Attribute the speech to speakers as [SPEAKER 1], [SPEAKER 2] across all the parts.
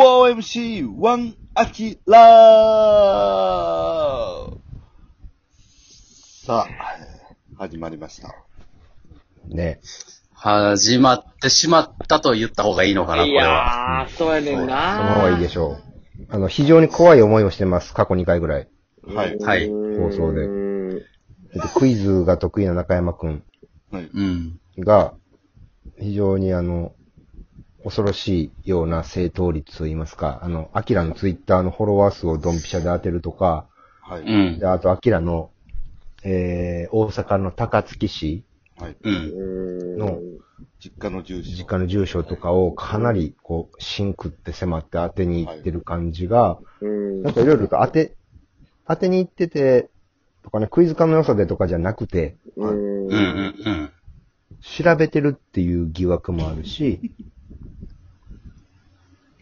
[SPEAKER 1] 4MC1 アキラーさあ、始まりました。
[SPEAKER 2] ね。
[SPEAKER 3] 始まってしまったと言った方がいいのかな、こ
[SPEAKER 4] い
[SPEAKER 3] れは。
[SPEAKER 4] やー、そうやねん
[SPEAKER 2] そ
[SPEAKER 4] な。。
[SPEAKER 2] の方がいいでしょう。あの、非常に怖い思いをしてます。過去2回ぐらい。
[SPEAKER 1] はい。
[SPEAKER 3] はいう
[SPEAKER 2] 放送で
[SPEAKER 4] ーん
[SPEAKER 2] えっとクイズが得意な中山くん
[SPEAKER 1] はい。
[SPEAKER 3] うん。
[SPEAKER 2] が、非常にあの、恐ろしいような正当率といいますか、あの、アキラのツイッターのフォロワー数をドンピシャで当てるとか、
[SPEAKER 1] は
[SPEAKER 3] う
[SPEAKER 1] い。
[SPEAKER 3] ん
[SPEAKER 2] で。あとアキラの、えー、大阪の高槻市
[SPEAKER 1] はい。
[SPEAKER 3] うん。
[SPEAKER 4] うーん
[SPEAKER 2] の
[SPEAKER 1] 実家の住
[SPEAKER 2] 実
[SPEAKER 1] 所。
[SPEAKER 2] 家の住所とかをかなりこう、シンクって迫って当てに行ってる感じが、
[SPEAKER 4] うん
[SPEAKER 2] なんかいろいろと当て、当てに行ってて、とかね、クイズ化の良さでとかじゃなくて、
[SPEAKER 4] うん
[SPEAKER 3] うん。うん。
[SPEAKER 2] 調べてるっていう疑惑もあるし、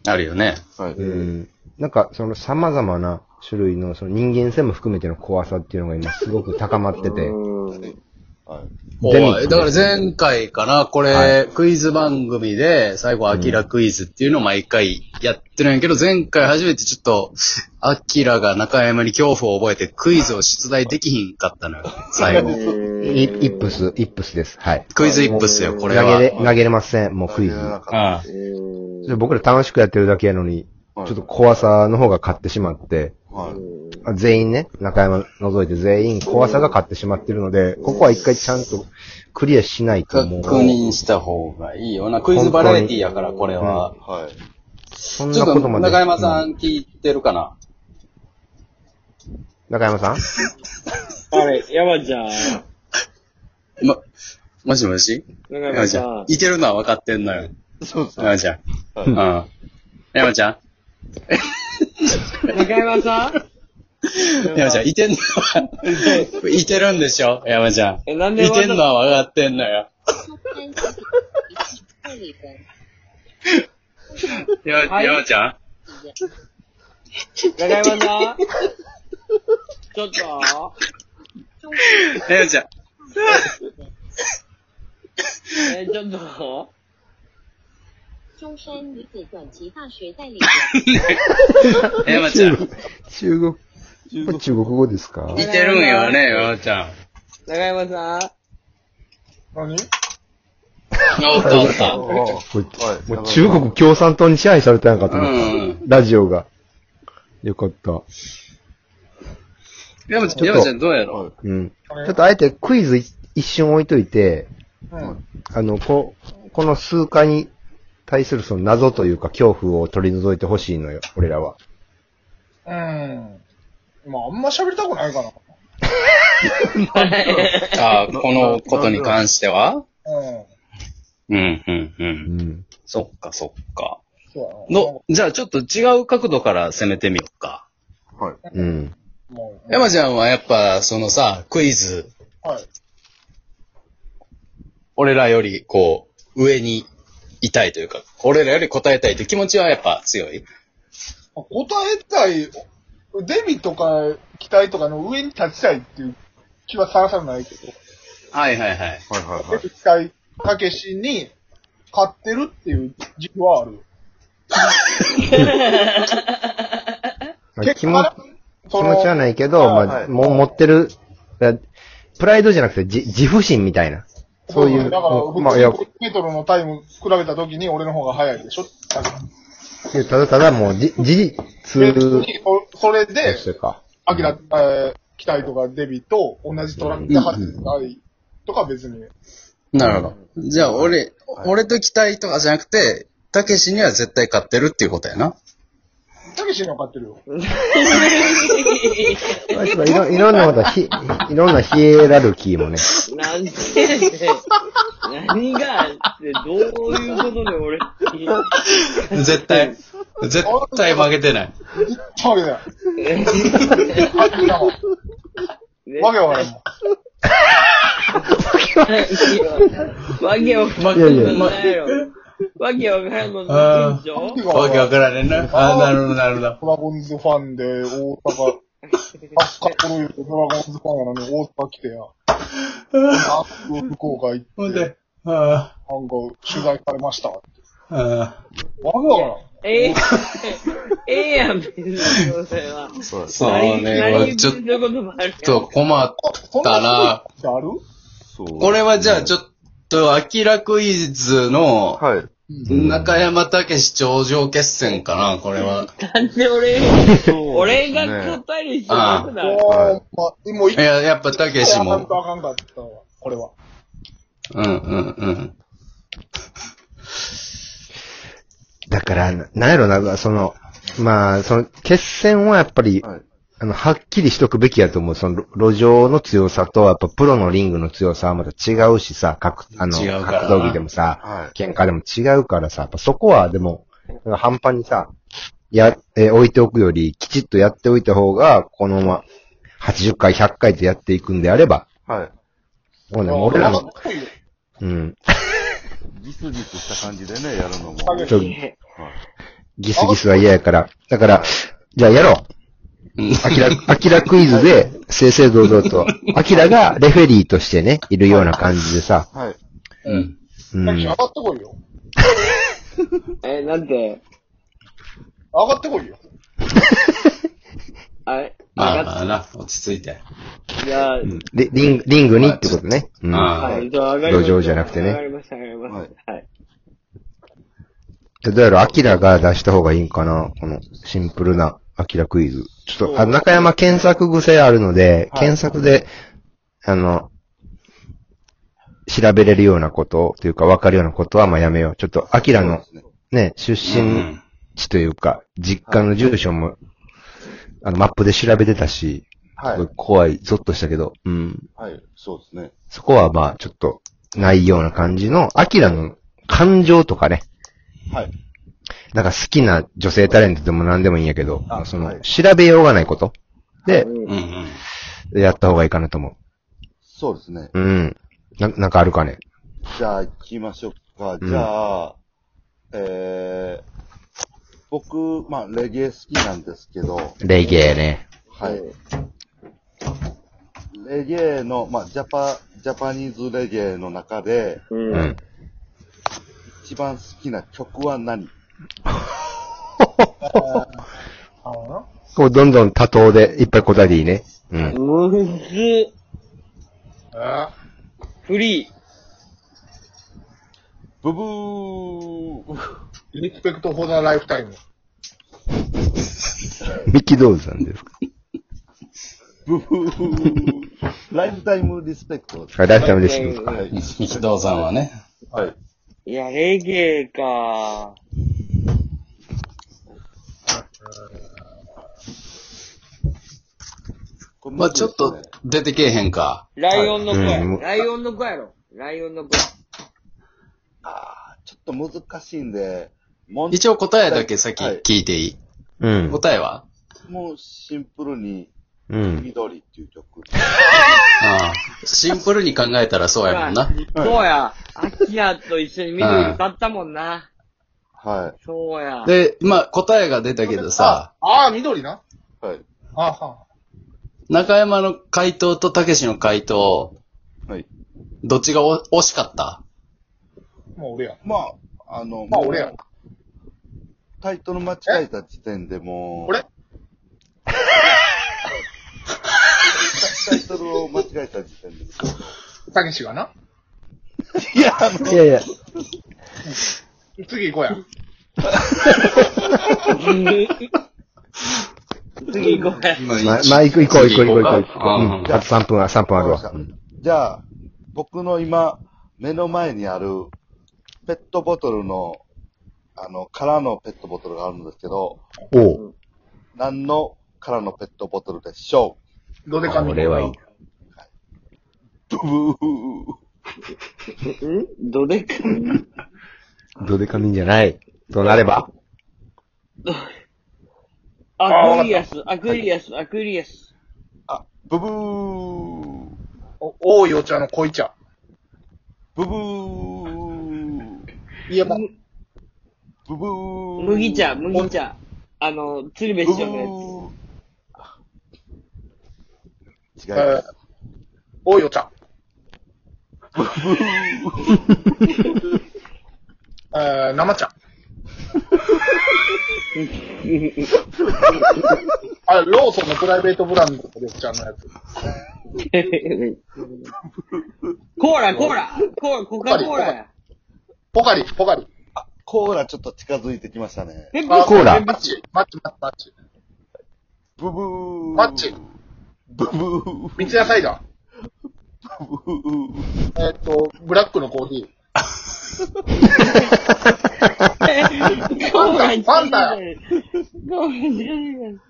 [SPEAKER 3] あるよね。
[SPEAKER 1] はい。
[SPEAKER 2] うん、なんかその様々な種類のその人間性も含めての怖さっていうのが今すごく高まってて、
[SPEAKER 4] うん
[SPEAKER 1] はい。
[SPEAKER 3] お
[SPEAKER 2] ゼミ
[SPEAKER 3] いだから前回かな、これ、
[SPEAKER 2] は
[SPEAKER 3] クイズ番組で、最後、アキラクイズっていうのを毎回やってるんやけど、前回初めてちょっと、アキラが中山に恐怖を覚えてクイズを出題できひんかったのよ。最後。
[SPEAKER 2] イイップス、イップスです。はい。
[SPEAKER 3] クイズイップスよ、こ
[SPEAKER 2] 投
[SPEAKER 3] れ
[SPEAKER 2] げれ、
[SPEAKER 3] は。
[SPEAKER 2] 投げれません。もうクイズ。
[SPEAKER 3] ああ
[SPEAKER 4] うん
[SPEAKER 2] で僕ら楽しくやってるだけやのに、ちょ
[SPEAKER 1] は
[SPEAKER 2] っ
[SPEAKER 1] い
[SPEAKER 2] と怖さの方が勝ってしまって、
[SPEAKER 1] はい。
[SPEAKER 2] あ全員ね、中山除いて全員怖さが勝ってしまってるので、ここは一回ちゃんとクリアしないと
[SPEAKER 3] 確
[SPEAKER 2] もう、
[SPEAKER 3] 認した方がいいよな。クイズバラエティやから、これは。
[SPEAKER 1] はい。
[SPEAKER 2] そん
[SPEAKER 3] ち
[SPEAKER 2] な
[SPEAKER 3] ょっ
[SPEAKER 2] こと
[SPEAKER 3] と、
[SPEAKER 2] まで。
[SPEAKER 3] 中山さ
[SPEAKER 2] うん
[SPEAKER 3] 聞いてるかな、
[SPEAKER 2] 中山さん
[SPEAKER 4] あれ、山ちゃん。
[SPEAKER 3] ま、もしもし
[SPEAKER 4] 中
[SPEAKER 3] 山
[SPEAKER 4] 山
[SPEAKER 3] ち
[SPEAKER 4] ち
[SPEAKER 3] ゃん
[SPEAKER 4] ゃん。。
[SPEAKER 3] いけるのは分かってんのよ。
[SPEAKER 1] そうですね。
[SPEAKER 3] 山ちゃん。
[SPEAKER 1] は
[SPEAKER 3] う
[SPEAKER 1] い。
[SPEAKER 3] ん。山ちゃん
[SPEAKER 4] 中山さん
[SPEAKER 3] 山ちゃん、いてんのはいてるんでしょ山ちゃん。
[SPEAKER 4] え、なんで
[SPEAKER 3] いて
[SPEAKER 4] わ
[SPEAKER 3] ん
[SPEAKER 4] ざ
[SPEAKER 3] のは分かってんのよ。山
[SPEAKER 4] はい
[SPEAKER 3] 山ちゃん
[SPEAKER 4] 中山さんちょっと
[SPEAKER 3] 山 ちゃん。
[SPEAKER 4] え、ちょっと
[SPEAKER 5] 中山女子短期大学带领的
[SPEAKER 3] 山ちゃん。
[SPEAKER 2] 中国、中国中国語ですか
[SPEAKER 3] いてるんよね、山ちゃん。
[SPEAKER 4] 中山さん
[SPEAKER 3] おったおった。う
[SPEAKER 2] これ
[SPEAKER 1] はい
[SPEAKER 2] もう中国共産党に支配されたんやんかと思った。
[SPEAKER 3] ん。
[SPEAKER 2] ラジオが。よかった。
[SPEAKER 3] 山ちゃん、山ちゃんどうやろ
[SPEAKER 1] は
[SPEAKER 2] うん。ちょっとあえてクイズい一瞬置いといて、あの、こ、この数回に対するその謎というか恐怖を取り除いてほしいのよ、俺らは。
[SPEAKER 6] うん。まあ、あんま喋りたくないかな。
[SPEAKER 3] あーこのことに関してはう
[SPEAKER 6] うん。
[SPEAKER 3] ん、うん、う。
[SPEAKER 2] うんん。
[SPEAKER 3] そっか、そっか。
[SPEAKER 6] そうやな。
[SPEAKER 3] の、じゃあちょっと違う角度から攻めてみようか。
[SPEAKER 1] はい。
[SPEAKER 2] うん。
[SPEAKER 6] もう、
[SPEAKER 3] 山ちゃんはやっぱ、そのさ、クイズ、
[SPEAKER 6] はい。
[SPEAKER 3] 俺らより、こう、上にいたいというか、俺らより答えたいという気持ちはやっぱ強い。
[SPEAKER 6] まあ答えたい、デミとか期待とかの上に立ちたいっていう気はさらさらないけど、
[SPEAKER 3] はいはいはい。
[SPEAKER 1] はいはいは
[SPEAKER 6] デ
[SPEAKER 1] い。
[SPEAKER 6] ミ期待、たけしに勝ってるっていう自負はある。
[SPEAKER 2] 気持ち、気
[SPEAKER 6] そ
[SPEAKER 2] 持
[SPEAKER 6] の
[SPEAKER 2] ちはないけど、
[SPEAKER 6] はい
[SPEAKER 2] ま
[SPEAKER 1] は
[SPEAKER 2] あ、
[SPEAKER 1] い
[SPEAKER 2] もう持ってる、だプライドじゃなくて、じ自負心みたいな。そういう。
[SPEAKER 6] だから、
[SPEAKER 2] うんまあ、いや、
[SPEAKER 6] 100メートルのタイム比べた時に俺の方が速いでしょだから
[SPEAKER 2] いやただただもう、じ、事
[SPEAKER 6] で
[SPEAKER 2] 実
[SPEAKER 6] そそれで
[SPEAKER 2] と、してか。
[SPEAKER 6] アキラ、えー、期待とかデビと同じトラックで走りたいとか別に。
[SPEAKER 3] なるほど。じゃあ俺、俺と期待とかじゃなくて、たけしには絶対勝ってるっていうことやな。
[SPEAKER 6] たけしには勝ってるよ。
[SPEAKER 2] まあちょっといろいろんなことひ、いろんなヒエラルキーもね。
[SPEAKER 4] なんで何がって、どういうことで俺。
[SPEAKER 3] 絶対、 絶対負けてない。
[SPEAKER 6] わけだよ。アキラはわけわからんもん。
[SPEAKER 4] わけわからん
[SPEAKER 2] いやいや
[SPEAKER 4] のないやろ。わけわからんの
[SPEAKER 3] からねえ
[SPEAKER 4] ないでしょ
[SPEAKER 6] アキラは
[SPEAKER 3] な。
[SPEAKER 6] あーなる
[SPEAKER 3] ほどなるほど。
[SPEAKER 6] ドラゴンズファンで、大阪、あっかっころいいとドラゴンズファンなのに大阪来てや。あ福岡行って、なんか取材されましたって。
[SPEAKER 3] あ
[SPEAKER 6] わけわからん。
[SPEAKER 4] ええええやん、別にそれは。
[SPEAKER 1] そうです。
[SPEAKER 3] そう
[SPEAKER 4] 何
[SPEAKER 3] ね、
[SPEAKER 4] 何
[SPEAKER 3] ちょっ
[SPEAKER 4] 言うこともあるやん
[SPEAKER 3] と困っ
[SPEAKER 6] そん
[SPEAKER 3] た
[SPEAKER 6] な
[SPEAKER 3] な。
[SPEAKER 6] ことある
[SPEAKER 3] これはじゃあちょっと、アキラクイズ
[SPEAKER 1] と
[SPEAKER 3] の、
[SPEAKER 1] はい。
[SPEAKER 2] うん
[SPEAKER 3] 中山武史頂上決戦かな、これは。
[SPEAKER 4] なんで俺、
[SPEAKER 1] そうです
[SPEAKER 4] 俺
[SPEAKER 1] ね
[SPEAKER 4] が勝ったりしなくなる
[SPEAKER 6] おー、まあ、もう一
[SPEAKER 3] いや、やっぱ武史
[SPEAKER 6] あか
[SPEAKER 3] も。
[SPEAKER 6] んとあかんかったわ、これは。
[SPEAKER 3] うんうんうん。
[SPEAKER 2] だから、ななんやろな、その、まあ、その、決戦はやっぱり、
[SPEAKER 1] はい。
[SPEAKER 2] あの、はっきりしとくべきやと思う。その、路路上の強さと、やっぱプロのリングの強さはまた違うしさ、格、あの、
[SPEAKER 3] 違うからな
[SPEAKER 2] 格闘技でもさ、
[SPEAKER 1] はい。
[SPEAKER 2] 喧嘩でも違うからさ、やっぱそこはでも、半端にさ、や、えー置いておくより、きちっとやっておいた方が、このまま、80回、100回とやっていくんであれば、
[SPEAKER 1] はい。
[SPEAKER 2] もうね、もう俺ら
[SPEAKER 6] の
[SPEAKER 2] の、。うん、
[SPEAKER 1] ギスギスした感じでね、やるのも。
[SPEAKER 6] あげ
[SPEAKER 2] ちょ
[SPEAKER 4] ね
[SPEAKER 2] ギスギスは嫌やから。だから、じゃあやろう。
[SPEAKER 3] うん
[SPEAKER 2] ア キラ、アキラクイズで、正々堂々と、アキラがレフェリーとしてね、いるような感じでさ、
[SPEAKER 1] はい。
[SPEAKER 3] うん。
[SPEAKER 2] う
[SPEAKER 6] さっき上
[SPEAKER 2] ん。
[SPEAKER 6] がってこいよ。
[SPEAKER 4] え、なんて、
[SPEAKER 6] 上がってこいよ。
[SPEAKER 4] あれ、
[SPEAKER 3] ま
[SPEAKER 4] 上
[SPEAKER 3] あ
[SPEAKER 4] が
[SPEAKER 3] まあな、落ち着いて。
[SPEAKER 4] っじゃあ、
[SPEAKER 2] で、リン、リングにってことね。うん。
[SPEAKER 3] あ
[SPEAKER 4] はい、じゃあ上がりまし
[SPEAKER 2] 路
[SPEAKER 4] た
[SPEAKER 2] 上じゃなくてね
[SPEAKER 4] 上がりました、上がりました。はい。
[SPEAKER 2] でどうやらアキラが出した方がいいんかなこのシンプルなアキラクイズ。ちょっと、あ中山検索癖あるので、検索で、あの、調べれるようなことというか、わかるようなことはまあやめよう。ちょっと、アキラの
[SPEAKER 1] そうですね
[SPEAKER 2] ね、出
[SPEAKER 3] う
[SPEAKER 2] 身
[SPEAKER 3] ん。
[SPEAKER 2] 地というか、実家の住所も、あの、マップで調べてたし、
[SPEAKER 1] は
[SPEAKER 2] すごい
[SPEAKER 1] い。
[SPEAKER 2] 怖い、ゾッとしたけど、うん。
[SPEAKER 1] はい。そうですね。
[SPEAKER 2] そこはまあ、ちょっと、ないような感じの、アキラの感情とかね。
[SPEAKER 1] はい。
[SPEAKER 2] なんか好きな女性タレントでも何でもいいんやけど、
[SPEAKER 1] あ
[SPEAKER 2] そ
[SPEAKER 1] は
[SPEAKER 2] の、
[SPEAKER 1] い
[SPEAKER 2] 調べようがないことで、
[SPEAKER 3] うんうん。
[SPEAKER 2] やった方がいいかなと思
[SPEAKER 1] そうですね。
[SPEAKER 2] う。うん。な、なんかあるかね。
[SPEAKER 1] じゃあ行きましょうか。
[SPEAKER 2] うん
[SPEAKER 1] じゃあ、えー、僕、まあ、レゲエ好きなんですけど、
[SPEAKER 2] レゲエね。
[SPEAKER 1] はい。レゲエの、まあ、ジャパ、ジャパニーズレゲエの中で、
[SPEAKER 4] う
[SPEAKER 2] うんん。。
[SPEAKER 1] 一番好きな曲は何
[SPEAKER 6] あのな。
[SPEAKER 2] こう、どんどん多答でいっぱい答えていいね。うん。
[SPEAKER 4] むず、
[SPEAKER 6] あ
[SPEAKER 4] フリー。
[SPEAKER 1] ブブー
[SPEAKER 6] リスペクトフォーザーライフタイム。
[SPEAKER 2] ミキドーズさんですか
[SPEAKER 1] ブブーライフタイムリスペクト。
[SPEAKER 2] それライフタイムですけど。
[SPEAKER 1] はい。
[SPEAKER 3] 力道さんはね。
[SPEAKER 1] はい。
[SPEAKER 4] いや、レゲエか。
[SPEAKER 1] これ
[SPEAKER 3] まあちょっと
[SPEAKER 1] 難しいですね
[SPEAKER 3] 出てけえへんか。
[SPEAKER 4] ライオンの子や
[SPEAKER 2] うん
[SPEAKER 4] ライオンの子やろ。ライオンの子。
[SPEAKER 1] あーちょっと難しいんで、もう
[SPEAKER 3] 一応答えだけ先
[SPEAKER 1] はい
[SPEAKER 3] 聞いていい、
[SPEAKER 2] うん。
[SPEAKER 3] 答えは
[SPEAKER 1] もうシンプルに、
[SPEAKER 2] うん。
[SPEAKER 1] 緑っていう曲。
[SPEAKER 3] ああシンプルに考えたらそうやもんな。
[SPEAKER 4] そうや。アキラと一緒に緑歌ったもんな。
[SPEAKER 1] は
[SPEAKER 4] そうや。
[SPEAKER 3] で、まあ答えが出たけどさ、
[SPEAKER 6] ああ、緑な。
[SPEAKER 1] い。はい。
[SPEAKER 6] ああ、は
[SPEAKER 3] 中山の回答とたけしの回答、
[SPEAKER 1] はい。
[SPEAKER 3] どっちがお惜しかった
[SPEAKER 6] あ。もう俺や。
[SPEAKER 1] まあ、あの、
[SPEAKER 6] まあ俺や
[SPEAKER 1] も。うタイトル間違えた時点でもう、
[SPEAKER 6] 俺
[SPEAKER 1] タイトルを間違えた時点で。
[SPEAKER 6] たけしがな。
[SPEAKER 1] いや、あの、
[SPEAKER 2] いやいや、
[SPEAKER 6] 次行こうや。
[SPEAKER 4] 次行こうや。
[SPEAKER 2] ま、まあ、行く行こう行こう行こう行こう
[SPEAKER 3] 次行こうか
[SPEAKER 2] うん。あと3分は、3分ある
[SPEAKER 1] わか
[SPEAKER 2] わ。
[SPEAKER 1] り
[SPEAKER 2] う
[SPEAKER 1] ま
[SPEAKER 2] ん
[SPEAKER 1] したじゃあ、僕の今、目の前にある、ペットボトルの、あの、空のペットボトルがあるんですけど、
[SPEAKER 2] おう。
[SPEAKER 1] 何の空のペットボトルでしょ
[SPEAKER 6] どでかみ。
[SPEAKER 2] これはいい。
[SPEAKER 1] うブブー
[SPEAKER 4] んどれかみ
[SPEAKER 2] どでかみんじゃない。となれば
[SPEAKER 4] アクリアス、アクリアス、アクリアス。
[SPEAKER 1] あ、ブブー
[SPEAKER 6] お多いお茶の濃い茶。
[SPEAKER 1] ブブー
[SPEAKER 6] いや、まあ、
[SPEAKER 1] ブブー
[SPEAKER 4] 麦茶、麦茶。あの、鶴瓶師匠の
[SPEAKER 1] 違いま
[SPEAKER 6] えー
[SPEAKER 1] す。
[SPEAKER 6] 多い お茶。えー、生茶。あれ、ローソンのプライベートブランドの緑茶のやつ。
[SPEAKER 4] コーラ、コーラコーラ、コカ・コーラや。
[SPEAKER 6] ポカリ、ポカリ。
[SPEAKER 1] コーラちょっと近づいてきましたね。
[SPEAKER 4] ペプ
[SPEAKER 6] あ
[SPEAKER 2] コーラ
[SPEAKER 6] マッチ、マッチ、マッチ、
[SPEAKER 1] ブブー。
[SPEAKER 6] マッチ。マッチ。
[SPEAKER 1] ブブー。
[SPEAKER 6] 三ツ矢サイダ
[SPEAKER 1] ブブー。
[SPEAKER 6] ー。えっと、ブラックのコーヒー。
[SPEAKER 4] コーラ
[SPEAKER 6] ファンタ
[SPEAKER 4] コーラに近づいてる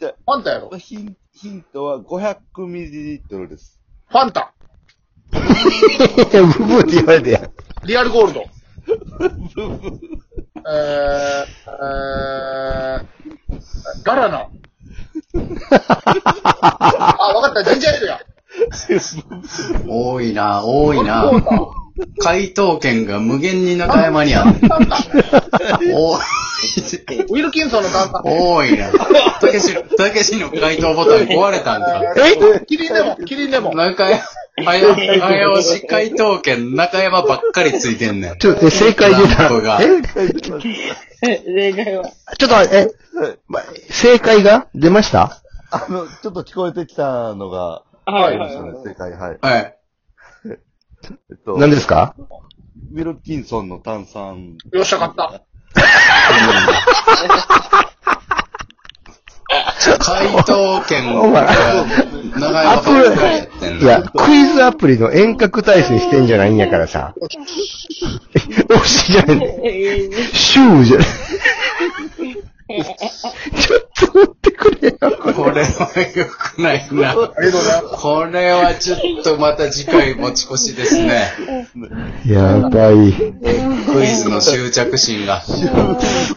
[SPEAKER 6] ファンタやろ。フ
[SPEAKER 1] ヒンヒントは 500ml です。
[SPEAKER 6] ァンタ。
[SPEAKER 2] ブブーって言われてや。
[SPEAKER 6] リアルゴールド。えー、えー、ガラナ。あ、わかった、ジンジャーエールや。
[SPEAKER 3] 多いな、多いな。回答権が無限に中山にあ る。
[SPEAKER 6] タンタン
[SPEAKER 3] お
[SPEAKER 6] ウィルキンソンのタンタン。
[SPEAKER 3] 多いな。たけし、たけしの回答ボタン壊れたんか。
[SPEAKER 2] え
[SPEAKER 6] キリンでも、キリンでも。
[SPEAKER 3] 中山、早、早押し回答権中山ばっかりついてんねん。
[SPEAKER 2] ちょっと待って、正解出た
[SPEAKER 3] ランプ。が
[SPEAKER 2] え
[SPEAKER 4] 正解は。
[SPEAKER 2] ちょっと、え、ま正解が出ました
[SPEAKER 1] あの、ちょっと聞こえてきたのが、
[SPEAKER 4] は
[SPEAKER 1] あ
[SPEAKER 4] いはい
[SPEAKER 1] りま
[SPEAKER 4] は
[SPEAKER 1] し
[SPEAKER 4] い
[SPEAKER 1] たね正解、はい。
[SPEAKER 3] はい。
[SPEAKER 1] えっと、
[SPEAKER 2] 何ですか
[SPEAKER 1] ウィルキンソンの炭酸。
[SPEAKER 6] よっしゃ、買った。
[SPEAKER 3] 回答権
[SPEAKER 2] お前
[SPEAKER 3] 中山ばっかりやってん
[SPEAKER 2] い
[SPEAKER 3] ねん。
[SPEAKER 2] や、クイズアプリの遠隔対戦してんじゃないんやからさ。惜しいじゃない
[SPEAKER 4] えー
[SPEAKER 2] シューじゃない。ちょっと待ってくれよ。
[SPEAKER 3] これは良くないな。
[SPEAKER 6] ありがとうございます。
[SPEAKER 3] これはちょっとまた次回持ち越しですね。
[SPEAKER 2] やばい。
[SPEAKER 3] クイズの執着心が。